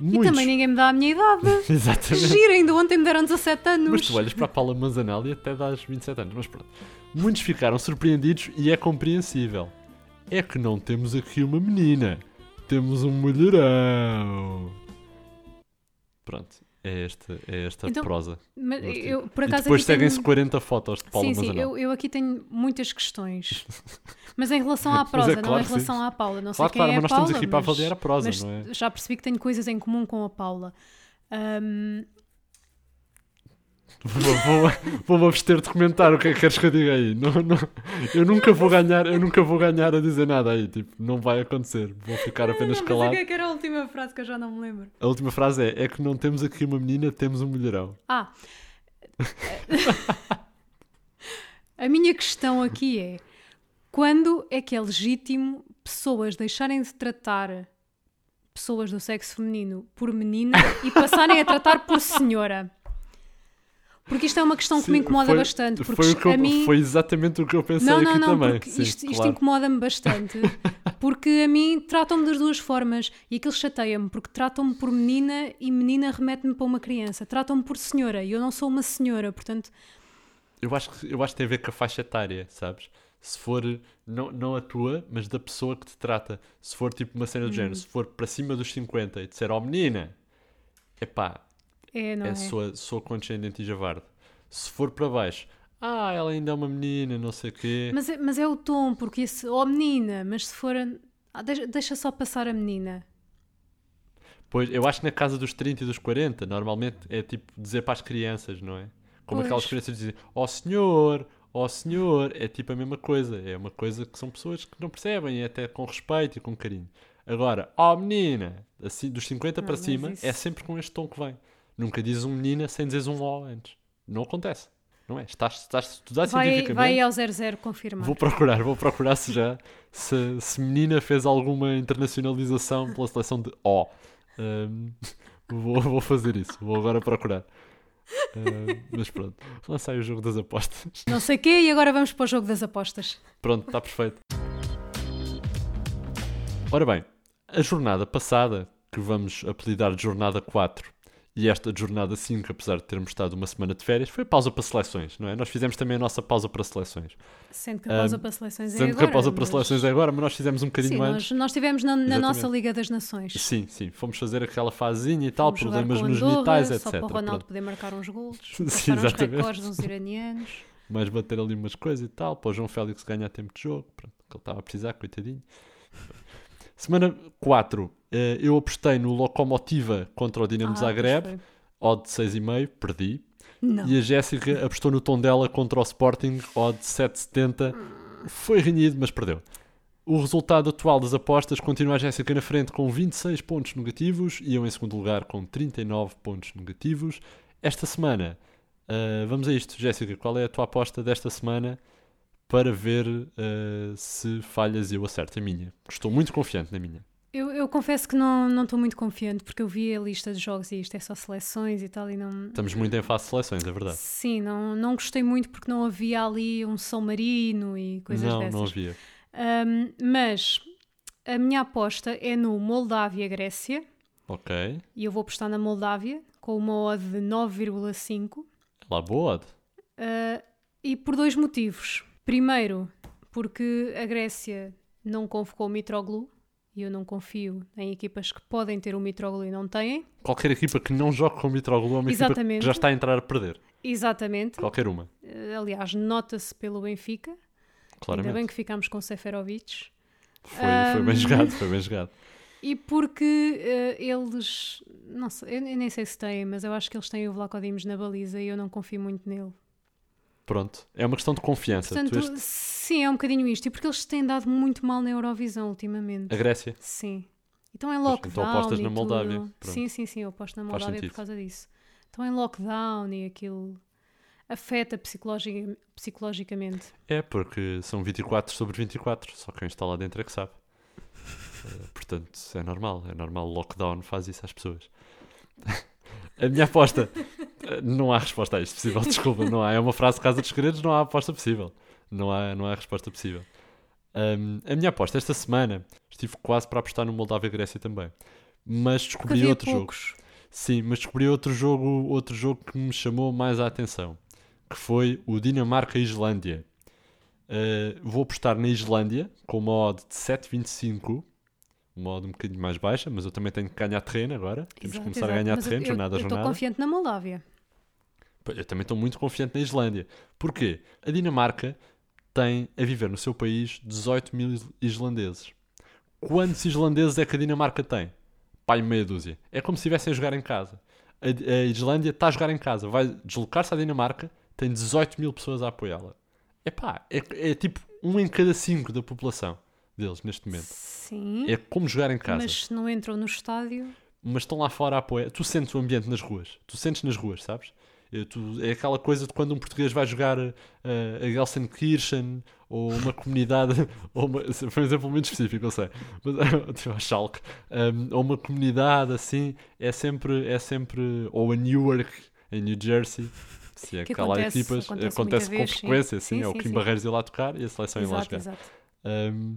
[SPEAKER 10] E
[SPEAKER 6] Muitos.
[SPEAKER 10] também ninguém me dá a minha idade. Que
[SPEAKER 6] Exatamente.
[SPEAKER 10] Giro, ainda ontem me deram 17 anos.
[SPEAKER 6] Mas tu olhas para a Paula Manzanal e até dás 27 anos, mas pronto. Muitos ficaram surpreendidos e é compreensível. É que não temos aqui uma menina, temos um mulherão. Pronto, é esta, é esta
[SPEAKER 10] Então,
[SPEAKER 6] prosa.
[SPEAKER 10] Mas
[SPEAKER 6] do artigo.
[SPEAKER 10] eu, por
[SPEAKER 6] e
[SPEAKER 10] acaso,
[SPEAKER 6] depois
[SPEAKER 10] aqui tenho- um
[SPEAKER 6] seguem-se 40 fotos de Paula
[SPEAKER 10] Sim,
[SPEAKER 6] Manzanal.
[SPEAKER 10] sim, eu, eu aqui tenho muitas questões. Mas em relação à prosa, não
[SPEAKER 6] é
[SPEAKER 10] é
[SPEAKER 6] claro
[SPEAKER 10] em
[SPEAKER 6] que
[SPEAKER 10] relação
[SPEAKER 6] sim.
[SPEAKER 10] à Paula. Não
[SPEAKER 6] Claro,
[SPEAKER 10] sei quem
[SPEAKER 6] claro,
[SPEAKER 10] é
[SPEAKER 6] mas
[SPEAKER 10] a
[SPEAKER 6] nós
[SPEAKER 10] Paula,
[SPEAKER 6] estamos aqui para
[SPEAKER 10] mas-
[SPEAKER 6] avaliar a prosa,
[SPEAKER 10] mas
[SPEAKER 6] não é?
[SPEAKER 10] Já percebi que tenho coisas em comum com a Paula. Hum, Ahm,
[SPEAKER 6] Vou- vou- Vou-me abster de comentar o que é que queres que eu diga aí. Não, não, eu, nunca vou ganhar, eu nunca vou ganhar a dizer nada aí. Tipo, não vai acontecer. Vou ficar apenas
[SPEAKER 10] não, mas
[SPEAKER 6] calado.
[SPEAKER 10] é que é que era a última frase que eu já não me lembro.
[SPEAKER 6] A última frase é: é que não temos aqui uma menina, temos um mulherão.
[SPEAKER 10] Ah. a minha questão aqui é: quando é que é legítimo pessoas deixarem de tratar pessoas do sexo feminino por menina e passarem a tratar por senhora? Porque isto é uma questão que me
[SPEAKER 6] Sim,
[SPEAKER 10] incomoda
[SPEAKER 6] foi-
[SPEAKER 10] bastante. Porque
[SPEAKER 6] Foi, o que eu-
[SPEAKER 10] a mim...
[SPEAKER 6] foi exatamente o que eu pensei
[SPEAKER 10] Não, não,
[SPEAKER 6] aqui
[SPEAKER 10] não,
[SPEAKER 6] também.
[SPEAKER 10] porque
[SPEAKER 6] Sim,
[SPEAKER 10] isto, isto
[SPEAKER 6] claro.
[SPEAKER 10] incomoda-me bastante. Porque a mim tratam-me das duas formas e aquilo chateia-me, porque tratam-me por menina e menina remete-me para uma criança. Tratam-me por senhora e eu não sou uma senhora, portanto,
[SPEAKER 6] eu, acho que, eu acho que tem a ver com a faixa etária, sabes? Se for, não, não a tua, mas da pessoa que te trata. Se for tipo uma
[SPEAKER 10] Uhum.
[SPEAKER 6] cena do género, se for para cima dos 50 e disser, ó menina, epá,
[SPEAKER 10] é, não é?
[SPEAKER 6] é sua, sua condescendente e javarde. Se for para baixo, ah, ela ainda é uma menina, não sei o quê.
[SPEAKER 10] Mas, é, mas é o tom, porque esse, oh menina, mas se for. a- ah, deixa, deixa só passar a menina.
[SPEAKER 6] Pois, eu acho que na casa dos 30 e dos 40, normalmente é tipo dizer para as crianças, não é? Como
[SPEAKER 10] Pois.
[SPEAKER 6] aquelas crianças dizem, ó senhor, ó senhor, é tipo a mesma coisa. É uma coisa que são pessoas que não percebem, e até com respeito e com carinho. Agora, ó menina, assim, dos 50 para
[SPEAKER 10] mas
[SPEAKER 6] cima, é
[SPEAKER 10] isso-
[SPEAKER 6] sempre com este tom que vem. Nunca dizes um menina sem dizeres um ó antes. Não acontece, não é? Estás, estás a estudar
[SPEAKER 10] Vai,
[SPEAKER 6] cientificamente.
[SPEAKER 10] vai ao 00 confirmar.
[SPEAKER 6] Vou procurar, vou procurar se já se, se menina fez alguma internacionalização pela seleção de O. Ahm, vou, vou fazer isso, vou agora procurar. Ahm, mas pronto, lancei o jogo das apostas.
[SPEAKER 10] Não sei o quê, e agora vamos para o jogo das apostas.
[SPEAKER 6] Pronto, está perfeito. Ora bem, a jornada passada, que vamos apelidar de jornada 4, e esta de jornada 5, apesar de termos estado uma semana de férias, foi pausa para seleções, não é? Nós fizemos também a nossa pausa para seleções.
[SPEAKER 10] Sendo que a pausa
[SPEAKER 6] Ahm,
[SPEAKER 10] para seleções é
[SPEAKER 6] Ah, Sendo
[SPEAKER 10] agora.
[SPEAKER 6] que a pausa para
[SPEAKER 10] mas-
[SPEAKER 6] seleções é agora, mas nós fizemos um bocadinho
[SPEAKER 10] Sim,
[SPEAKER 6] antes.
[SPEAKER 10] nós, nós estivemos na, na nossa
[SPEAKER 6] Exatamente.
[SPEAKER 10] Liga das Nações.
[SPEAKER 6] Sim, sim. Fomos fazer aquela fasezinha e tal,
[SPEAKER 10] Vamos jogar
[SPEAKER 6] problemas
[SPEAKER 10] com
[SPEAKER 6] nos
[SPEAKER 10] Andorra,
[SPEAKER 6] vitais, etc.
[SPEAKER 10] Só para o Ronaldo
[SPEAKER 6] Pronto.
[SPEAKER 10] poder marcar uns golos,
[SPEAKER 6] Sim,
[SPEAKER 10] passar uns
[SPEAKER 6] exatamente.
[SPEAKER 10] recordes dos iranianos.
[SPEAKER 6] Mais bater ali umas coisas e tal, para o João Félix ganhar tempo de jogo, pronto, que ele estava a precisar, coitadinho. Semana 4, eu apostei no Locomotiva contra o Dinamo
[SPEAKER 10] Ah,
[SPEAKER 6] Zagreb,
[SPEAKER 10] pois
[SPEAKER 6] odd de 6,5, perdi.
[SPEAKER 10] Não.
[SPEAKER 6] E a Jéssica apostou no Tondela contra o Sporting, odd 7,70. Foi renhido, mas perdeu. O resultado atual das apostas continua a Jéssica na frente com 26 pontos negativos e eu em segundo lugar com 39 pontos negativos. Esta semana, ah, vamos a isto, Jéssica, qual é a tua aposta desta semana para ver ah, se falhas e eu acerto a minha? Estou muito confiante na minha.
[SPEAKER 10] Eu, eu confesso que não não estou muito confiante, porque eu vi a lista de jogos e isto é só seleções e tal, e não...
[SPEAKER 6] Estamos muito em fase de seleções, é verdade.
[SPEAKER 10] Sim, não, não gostei muito porque não havia ali um São Marino e coisas
[SPEAKER 6] não,
[SPEAKER 10] dessas.
[SPEAKER 6] não havia.
[SPEAKER 10] Ahm, mas A minha aposta é no Moldávia-Grécia
[SPEAKER 6] Ok.
[SPEAKER 10] e eu vou apostar na Moldávia com uma odd de 9,5
[SPEAKER 6] Lá boa.
[SPEAKER 10] e por dois motivos. Primeiro, porque a Grécia não convocou o Mitroglou e eu não confio em equipas que podem ter o Mitroglou e não têm.
[SPEAKER 6] Qualquer equipa que não jogue com o Mitroglou é uma equipa que
[SPEAKER 10] Exatamente.
[SPEAKER 6] já está a entrar a perder.
[SPEAKER 10] Exatamente.
[SPEAKER 6] Qualquer uma.
[SPEAKER 10] Eh, Aliás, nota-se pelo Benfica. Ainda bem
[SPEAKER 6] Claramente.
[SPEAKER 10] que ficámos com Seferovic.
[SPEAKER 6] Foi, foi bem jogado, foi bem jogado.
[SPEAKER 10] E porque eh, eles, não sei, eu nem- nem sei se têm, mas eu acho que eles têm o Vlaco Dimes na baliza e eu não confio muito nele.
[SPEAKER 6] Pronto. É uma questão de confiança. Tu
[SPEAKER 10] Portanto,
[SPEAKER 6] este-
[SPEAKER 10] sim, é um bocadinho isto. E porque eles têm dado muito mal na Eurovisão ultimamente.
[SPEAKER 6] A Grécia.
[SPEAKER 10] Sim. Então é lockdown.
[SPEAKER 6] então apostas
[SPEAKER 10] e
[SPEAKER 6] na Moldávia.
[SPEAKER 10] tudo.
[SPEAKER 6] Pronto.
[SPEAKER 10] Sim, sim, sim, eu aposto na
[SPEAKER 6] Faz
[SPEAKER 10] Moldávia
[SPEAKER 6] sentido.
[SPEAKER 10] por causa disso. Então é lockdown e aquilo afeta psicologi- psicologicamente.
[SPEAKER 6] É, porque são 24 sobre 24, só quem está lá dentro é que sabe. Eh, Portanto, é normal, é normal. O lockdown faz isso às pessoas. A minha aposta. eh, Não há resposta a isto possível, desculpa, não há. É uma frase de Casa dos Segredos, não há aposta possível. Não há, não há resposta possível. Ahm, a minha aposta, esta semana, estive quase para apostar no Moldávia-Grécia também. Mas
[SPEAKER 10] Porque
[SPEAKER 6] descobri
[SPEAKER 10] havia
[SPEAKER 6] outro jogo.
[SPEAKER 10] poucos.
[SPEAKER 6] Sim, mas descobri outro jogo, outro jogo que me chamou mais a atenção, que foi o Dinamarca-Islândia. Uh, vou apostar na Islândia com uma odd de 7,25, uma odd um bocadinho mais baixa, mas eu também tenho que ganhar terreno agora. Temos
[SPEAKER 10] Exato,
[SPEAKER 6] que começar
[SPEAKER 10] exato.
[SPEAKER 6] a ganhar
[SPEAKER 10] Mas eu-
[SPEAKER 6] terreno,
[SPEAKER 10] eu-
[SPEAKER 6] jornada a
[SPEAKER 10] Eu estou
[SPEAKER 6] jornada.
[SPEAKER 10] confiante na Moldávia.
[SPEAKER 6] Pá, Eu também estou muito confiante na Islândia. Porquê? A Dinamarca tem a viver no seu país 18 mil is- islandeses. Quantos islandeses é que a Dinamarca tem? Pai, meia dúzia. É como se estivessem a jogar em casa. A, a Islândia está a jogar em casa, vai deslocar-se à Dinamarca, tem 18 mil pessoas a apoiá-la. Epá, é, é tipo um em cada cinco da população deles neste momento.
[SPEAKER 10] Sim.
[SPEAKER 6] É como jogar em casa
[SPEAKER 10] Mas se não entram no estádio,
[SPEAKER 6] mas estão lá fora a apoiar. Tu sentes o ambiente nas ruas, tu sentes nas ruas, sabes? Eh, tu- é aquela coisa de quando um português vai jogar eh, a Gelsenkirchen ou uma comunidade, ou uma- foi um exemplo muito específico, eu sei, mas, tipo a Schalke, um, ou uma comunidade assim, é sempre, é sempre ou a Newark, em New Jersey. Se é
[SPEAKER 10] Que
[SPEAKER 6] que há lá
[SPEAKER 10] acontece-
[SPEAKER 6] equipas,
[SPEAKER 10] acontece
[SPEAKER 6] acontece, com
[SPEAKER 10] muita vez, sim.
[SPEAKER 6] frequência, sim,
[SPEAKER 10] Sim,
[SPEAKER 6] é o
[SPEAKER 10] sim,
[SPEAKER 6] Kim
[SPEAKER 10] sim.
[SPEAKER 6] Barreiros ir lá tocar e a seleção ir lá
[SPEAKER 10] exato,
[SPEAKER 6] jogar.
[SPEAKER 10] exato.
[SPEAKER 6] Hum,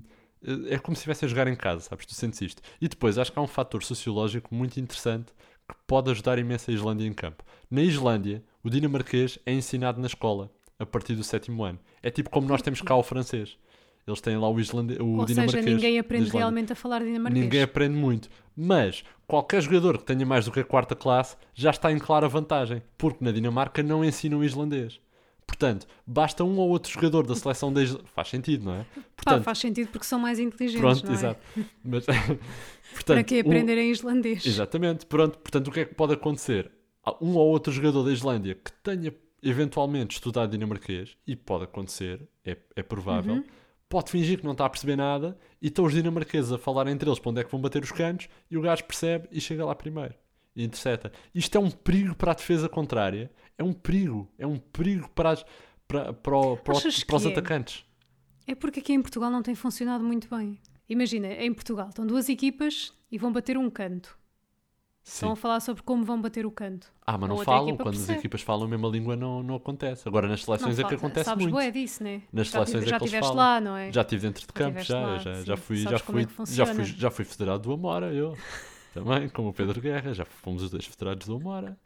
[SPEAKER 6] é como se estivessem a jogar em casa, sabes? Tu sentes isto. E depois acho que há um fator sociológico muito interessante que pode ajudar imenso a Islândia em campo. Na Islândia, o dinamarquês é ensinado na escola a partir do sétimo ano. É tipo como nós temos cá o francês. Eles têm lá o, islande... o
[SPEAKER 10] Ou
[SPEAKER 6] dinamarquês.
[SPEAKER 10] seja, ninguém
[SPEAKER 6] da
[SPEAKER 10] aprende
[SPEAKER 6] Islândia.
[SPEAKER 10] realmente a falar dinamarquês.
[SPEAKER 6] Ninguém é- aprende muito. Mas qualquer jogador que tenha mais do que a quarta classe já está em clara vantagem, porque na Dinamarca não ensinam islandês. Portanto, basta um ou outro jogador da seleção da Islândia. Faz sentido, não é?
[SPEAKER 10] Pá,
[SPEAKER 6] Portanto,
[SPEAKER 10] faz sentido porque são mais inteligentes,
[SPEAKER 6] Pronto,
[SPEAKER 10] não é?
[SPEAKER 6] exato. Mas, portanto,
[SPEAKER 10] Para que
[SPEAKER 6] um-
[SPEAKER 10] aprenderem islandês.
[SPEAKER 6] Exatamente, pronto. Portanto, o que é que pode acontecer? Há um ou outro jogador da Islândia que tenha eventualmente estudado dinamarquês, e pode acontecer, é, é provável,
[SPEAKER 10] Uhum.
[SPEAKER 6] pode fingir que não está a perceber nada, e estão os dinamarqueses a falar entre eles para onde é que vão bater os cantos, e o gajo percebe e chega lá primeiro. E intercepta. Isto é um perigo para a defesa contrária. É um perigo. É um perigo para, as- para, para, o- para o-
[SPEAKER 10] Achas
[SPEAKER 6] para os
[SPEAKER 10] que é?
[SPEAKER 6] atacantes.
[SPEAKER 10] É porque aqui em Portugal não tem funcionado muito bem. Imagina, em Portugal estão duas equipas e vão bater um canto. Estão
[SPEAKER 6] Sim.
[SPEAKER 10] a falar sobre como vão bater o canto.
[SPEAKER 6] Ah, mas
[SPEAKER 10] A
[SPEAKER 6] não
[SPEAKER 10] outra
[SPEAKER 6] falam.
[SPEAKER 10] equipa
[SPEAKER 6] Quando as
[SPEAKER 10] percebe.
[SPEAKER 6] equipas falam a mesma língua, não, não acontece. Agora, nas seleções é que
[SPEAKER 10] fala-
[SPEAKER 6] acontece
[SPEAKER 10] sabes
[SPEAKER 6] muito.
[SPEAKER 10] bué disso, né?
[SPEAKER 6] Nas
[SPEAKER 10] já,
[SPEAKER 6] seleções é
[SPEAKER 10] já
[SPEAKER 6] que eles
[SPEAKER 10] tiveste
[SPEAKER 6] falam.
[SPEAKER 10] lá, não é?
[SPEAKER 6] Já estive dentro de campo,
[SPEAKER 10] tiveste
[SPEAKER 6] já,
[SPEAKER 10] lá,
[SPEAKER 6] já,
[SPEAKER 10] sim.
[SPEAKER 6] já fui, já
[SPEAKER 10] Sabes como
[SPEAKER 6] fui,
[SPEAKER 10] é que
[SPEAKER 6] já fui,
[SPEAKER 10] funciona.
[SPEAKER 6] já fui federado do Amora, eu também, como o Pedro Guerra, já fomos os dois federados do Amora.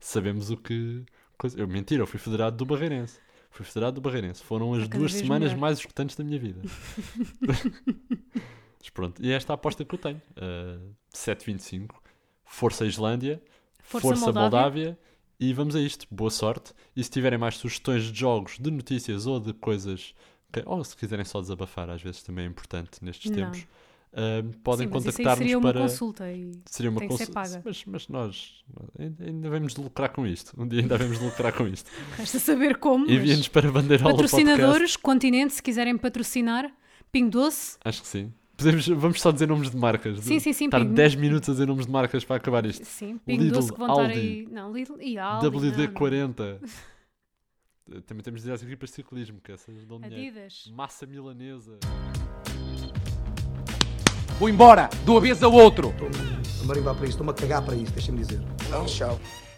[SPEAKER 6] Sabemos o que. coisa- Eu, mentira, eu fui federado do Barreirense. Fui federado do Barreirense. Foram as
[SPEAKER 10] É cada
[SPEAKER 6] duas
[SPEAKER 10] vez
[SPEAKER 6] semanas
[SPEAKER 10] melhor.
[SPEAKER 6] mais escutantes da minha vida. Mas pronto, e esta é a aposta que eu tenho: uh, 7,25. Força Islândia,
[SPEAKER 10] Força
[SPEAKER 6] Força,
[SPEAKER 10] Moldávia.
[SPEAKER 6] Moldávia. E vamos a isto. Boa sorte. E se tiverem mais sugestões de jogos, de notícias ou de coisas. que- Ou se quiserem só desabafar, às vezes também é importante nestes
[SPEAKER 10] Não.
[SPEAKER 6] tempos. ah, podem
[SPEAKER 10] Sim, mas isso aí
[SPEAKER 6] contactar-nos
[SPEAKER 10] seria uma
[SPEAKER 6] para.
[SPEAKER 10] consulta e
[SPEAKER 6] Seria uma
[SPEAKER 10] tem que ser
[SPEAKER 6] consul-
[SPEAKER 10] paga.
[SPEAKER 6] Mas, mas nós ainda, ainda vamos lucrar com isto. Um dia ainda vamos lucrar com isto.
[SPEAKER 10] Resta saber como.
[SPEAKER 6] E
[SPEAKER 10] mas-
[SPEAKER 6] viemos para Bandeirola Podcast.
[SPEAKER 10] Patrocinadores, Continente, se quiserem patrocinar, Ping Doce,
[SPEAKER 6] Acho que sim. Podemos, vamos só dizer nomes de marcas.
[SPEAKER 10] Sim, sim, sim,
[SPEAKER 6] Estar
[SPEAKER 10] Pingo.
[SPEAKER 6] 10 minutos a dizer nomes de marcas para acabar isto.
[SPEAKER 10] sim, Ping
[SPEAKER 6] Lidl,
[SPEAKER 10] Doce que vão estar
[SPEAKER 6] Aldi.
[SPEAKER 10] aí. Não, Lidl e Aldi. não, não.
[SPEAKER 6] WD40. Também temos de dizer às equipas de ciclismo, que essas dão dinheiro.
[SPEAKER 10] Adidas.
[SPEAKER 6] Massa milanesa.
[SPEAKER 3] Vou embora, de uma vez ao outro.
[SPEAKER 4] Marimba para isto, estou-me a cagar para isto, deixa-me dizer.
[SPEAKER 2] Não, tchau.